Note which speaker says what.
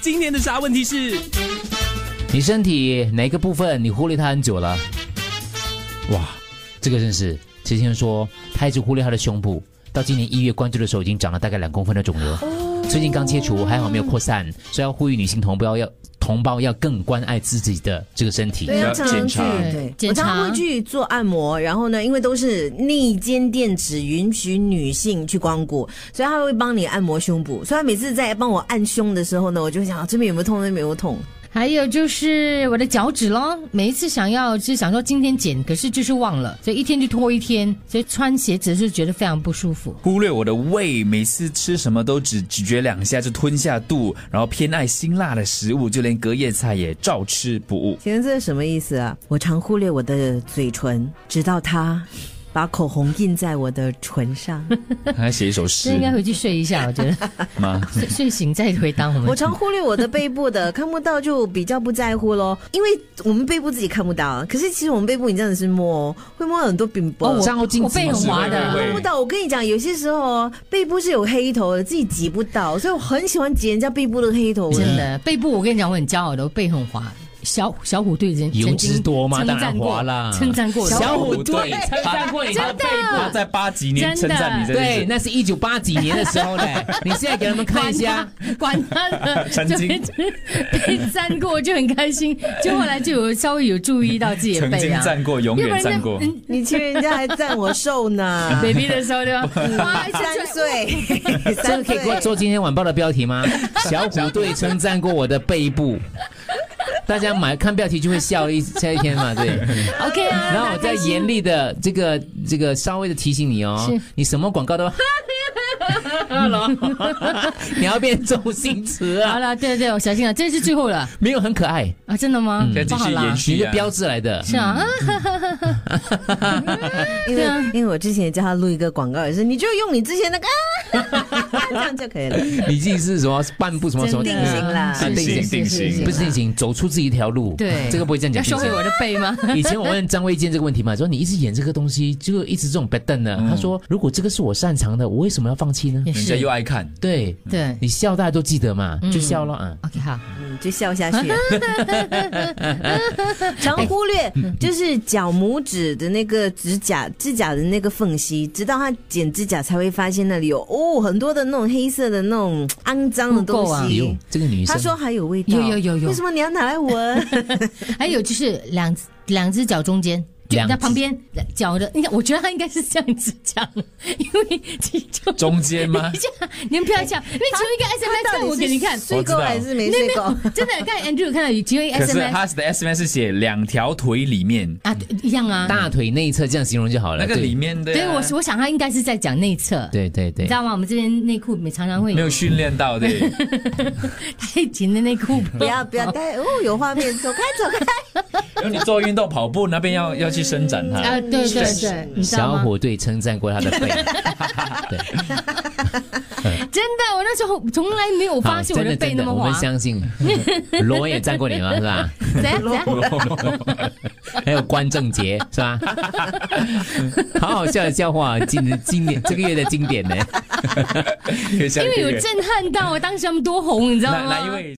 Speaker 1: 今天的啥问题是？
Speaker 2: 你身体哪个部分你忽略它很久了？哇，这个真是之前说他一直忽略他的胸部，到今年一月关注的时候已经长了大概两公分的肿瘤，
Speaker 3: 哦
Speaker 2: 最近刚切除，还好没有扩散，所以要呼吁女性同胞要同胞要更关爱自己的这个身体。
Speaker 4: 对，要
Speaker 5: 要
Speaker 4: 常常
Speaker 5: 检
Speaker 4: 去
Speaker 5: 查
Speaker 4: 对，我
Speaker 3: 检查
Speaker 4: 常常会去做按摩，然后呢，因为都是内间店只允许女性去光顾，所以他会帮你按摩胸部。所以他每次在帮我按胸的时候呢，我就会想、啊、这边有没有痛，那边有没有痛。
Speaker 3: 还有就是我的脚趾咯，每一次想要就是想说今天剪，可是就是忘了，所以一天就拖一天，所以穿鞋子就觉得非常不舒服。
Speaker 5: 忽略我的胃，每次吃什么都只咀嚼两下就吞下肚，然后偏爱辛辣的食物，就连隔夜菜也照吃不误。
Speaker 4: 请问这是什么意思啊？我常忽略我的嘴唇，直到他把口红印在我的唇上。
Speaker 5: 还写一首
Speaker 3: 这
Speaker 5: 诗
Speaker 3: 应该回去睡一下，我觉得
Speaker 5: 吗？
Speaker 3: 睡睡醒再回答我们。
Speaker 4: 我常忽略我的背部的，看不到就比较不在乎咯，因为我们背部自己看不到，可是其实我们背部你这样子是摸哦，会摸到很多饼包。
Speaker 2: 照镜
Speaker 3: 我
Speaker 2: 子
Speaker 3: 背很滑
Speaker 5: 是会
Speaker 3: 的，
Speaker 5: 会
Speaker 4: 摸不到，我跟你讲，有些时候哦，背部是有黑头的，自己挤不到，所以我很喜欢挤人家背部的黑头。
Speaker 3: 真的背部我跟你讲，我很骄傲的，我背很滑。小小虎队人
Speaker 2: 油脂多吗
Speaker 3: 嘛，
Speaker 2: 当然滑啦
Speaker 3: 称赞过我
Speaker 2: 小虎
Speaker 5: 虎队
Speaker 2: 称赞过你的背部
Speaker 5: 他在八几年称
Speaker 3: 真的
Speaker 5: 赞你这件
Speaker 2: 对，
Speaker 5: 事，
Speaker 2: 那是一九八几年的时 候嘞。你现在给他们看一下，
Speaker 3: 管他，管他的，
Speaker 5: 曾经
Speaker 3: 就 被赞过就很开心，就后来就有稍微有注意到自己的
Speaker 5: 曾
Speaker 3: 背
Speaker 5: 经
Speaker 3: 啊，
Speaker 5: 赞过，永
Speaker 3: 要不
Speaker 5: 远
Speaker 3: 然
Speaker 5: 赞
Speaker 3: 人
Speaker 5: 过
Speaker 3: 家。嗯，
Speaker 4: 你亲人家还赞我瘦呢
Speaker 3: baby 的时 候对吧？哇，
Speaker 4: 三岁，
Speaker 2: 这
Speaker 4: 三
Speaker 2: 个可以给我
Speaker 4: 岁。
Speaker 2: 做今天晚报的标题 吗？小虎队称赞过我的背部，大家买看标题就会笑一笑一天嘛， 对。
Speaker 3: OK 啊，
Speaker 2: 然后我再严厉的这个这个稍微的提醒你哦
Speaker 3: 是，
Speaker 2: 你什么广告 都， 你要变周星驰
Speaker 3: 好
Speaker 2: 啊，
Speaker 3: 了，对对，我小心啊，这是最后了
Speaker 2: 没有很可爱，
Speaker 3: 啊，真的
Speaker 4: 嗯
Speaker 3: 吗？
Speaker 5: 现在继
Speaker 3: 不好
Speaker 5: 续
Speaker 3: 啦
Speaker 5: 延，
Speaker 2: 你
Speaker 5: 续
Speaker 2: 的
Speaker 5: 啊，
Speaker 2: 标志来的。
Speaker 3: 是啊，啊
Speaker 4: 因为因为我之前也叫他录一个广告，也是你就用你之前那个， 啊这样就可以了。
Speaker 2: 你自己是什么半部什么什么
Speaker 3: 真
Speaker 4: 定型
Speaker 3: 的
Speaker 4: 啦
Speaker 3: 是
Speaker 2: 定型
Speaker 3: 是是
Speaker 5: 定型
Speaker 3: 是是
Speaker 2: 不是定型，走出自己一条路。
Speaker 3: 对
Speaker 2: 这个不会这样
Speaker 3: 要
Speaker 2: 讲。
Speaker 3: 收回我的背吗？
Speaker 2: 以前我问张卫健这个问题嘛，说你一直演这个东西，就一直这种 bad 呢、
Speaker 3: 嗯
Speaker 2: 他说，如果这个是我擅长的，我为什么要放弃呢？
Speaker 3: 也
Speaker 5: 人家
Speaker 3: 是
Speaker 5: 又爱看。
Speaker 2: 对，
Speaker 3: 嗯对嗯
Speaker 2: 你笑大家都记得嘛，就笑了啊。
Speaker 3: ，OK 好，
Speaker 4: 嗯就笑下 去。常忽
Speaker 3: 哎
Speaker 4: 略
Speaker 3: 嗯
Speaker 4: 就是脚拇指的那个指甲指甲的那个缝隙，直到他剪指甲才会发现那里有哦很多的那种黑色的那种肮脏的东
Speaker 3: 污垢啊
Speaker 2: 哎
Speaker 4: 西
Speaker 2: 呦。，这个女生
Speaker 4: 他，说还有味道，
Speaker 3: 有有有有
Speaker 4: 为什么你要拿来 闻？
Speaker 3: 还有就是两两只脚中间。就
Speaker 2: 两只
Speaker 3: 在旁边脚的，你看，我觉得他应该是这样子讲， 因为你就
Speaker 5: 中间吗
Speaker 3: 你？这样，你们不要讲，你求一个 S M S 看我给你看，
Speaker 4: 睡够还是没
Speaker 3: 那
Speaker 4: 睡
Speaker 3: 没
Speaker 4: 够？
Speaker 3: 有，真的，刚才 Andrew 看到有求一个
Speaker 5: 可
Speaker 3: S
Speaker 5: 是
Speaker 3: M S
Speaker 5: 他的 S M S 写两条腿里面，
Speaker 3: 啊，对一样啊。
Speaker 2: 大腿内侧这样形容就好了。
Speaker 5: 那个
Speaker 2: 对
Speaker 5: 里面的啊，
Speaker 3: 对我我想他应该是在讲内侧，
Speaker 2: 对对
Speaker 3: 你
Speaker 2: 对
Speaker 3: 知，道吗？我们这边内裤没常常会
Speaker 5: 没有训练到的，
Speaker 3: 太紧的内裤，
Speaker 4: 不要不要带哦，有画面，走开走开。
Speaker 5: 然后你做运动跑步那边要要去伸展它
Speaker 3: 啊，。对对对，你知道
Speaker 2: 小
Speaker 3: 吗？
Speaker 2: 虎队称赞过她 的背，啊
Speaker 3: 真的，我那时候从来没有发
Speaker 2: 好
Speaker 3: 现我
Speaker 2: 啊真的
Speaker 3: 背
Speaker 2: 真
Speaker 3: 那
Speaker 2: 的，
Speaker 3: 么
Speaker 2: 我们
Speaker 3: 滑，
Speaker 2: 相信罗也赞过你嘛，是 吧？
Speaker 3: 怎 样怎样？
Speaker 2: 还有关正杰是吧？ 好好笑的笑话，今今年这个月的经典呢。
Speaker 5: 因
Speaker 3: 因为有震撼到我当时他们多红，你知道
Speaker 5: 那
Speaker 3: 吗？
Speaker 5: 那因为。